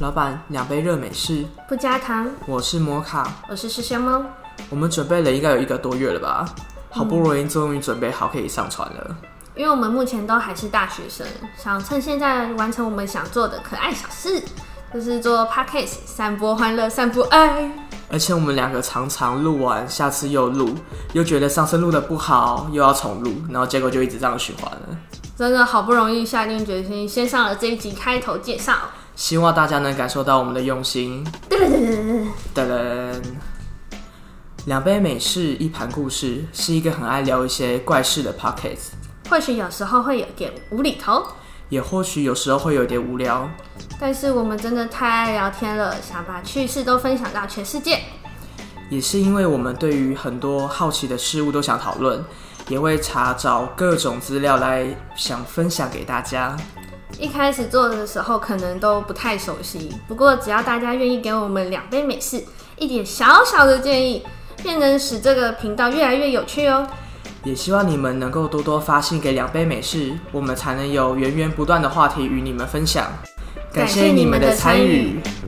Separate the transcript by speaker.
Speaker 1: 老板，两杯热美式，
Speaker 2: 不加糖。
Speaker 1: 我是摩卡。
Speaker 2: 我是吃香猫，
Speaker 1: 我们准备了应该有一个多月了吧？好不容易终于准备好可以上传了。
Speaker 2: 因为我们目前都还是大学生，想趁现在完成我们想做的可爱小事，就是做 podcast，散播欢乐，散播爱。
Speaker 1: 而且我们两个常常录完，下次又录，又觉得上次录的不好，又要重录，然后结果就一直这样循环了。
Speaker 2: 真的好不容易下定决心，先上了这一集开头介绍。
Speaker 1: 希望大家能感受到我们的用心。
Speaker 2: 对对对对对，
Speaker 1: 噔噔，两杯美式，一盘故事，是一个很爱聊一些怪事的 pocket，
Speaker 2: 或许有时候会有点无厘头，
Speaker 1: 也或许有时候会有点无聊。
Speaker 2: 但是我们真的太爱聊天了，想把趣事都分享到全世界。
Speaker 1: 也是因为我们对于很多好奇的事物都想讨论，也会查找各种资料来想分享给大家。
Speaker 2: 一开始做的时候可能都不太熟悉，不过只要大家愿意给我们两杯美式，一点小小的建议，便能使这个频道越来越有趣哦。
Speaker 1: 也希望你们能够多多发信给两杯美式，我们才能有源源不断的话题与你们分享。感
Speaker 2: 感谢
Speaker 1: 你
Speaker 2: 你
Speaker 1: 们
Speaker 2: 们
Speaker 1: 的
Speaker 2: 的
Speaker 1: 参
Speaker 2: 参
Speaker 1: 与
Speaker 2: 与。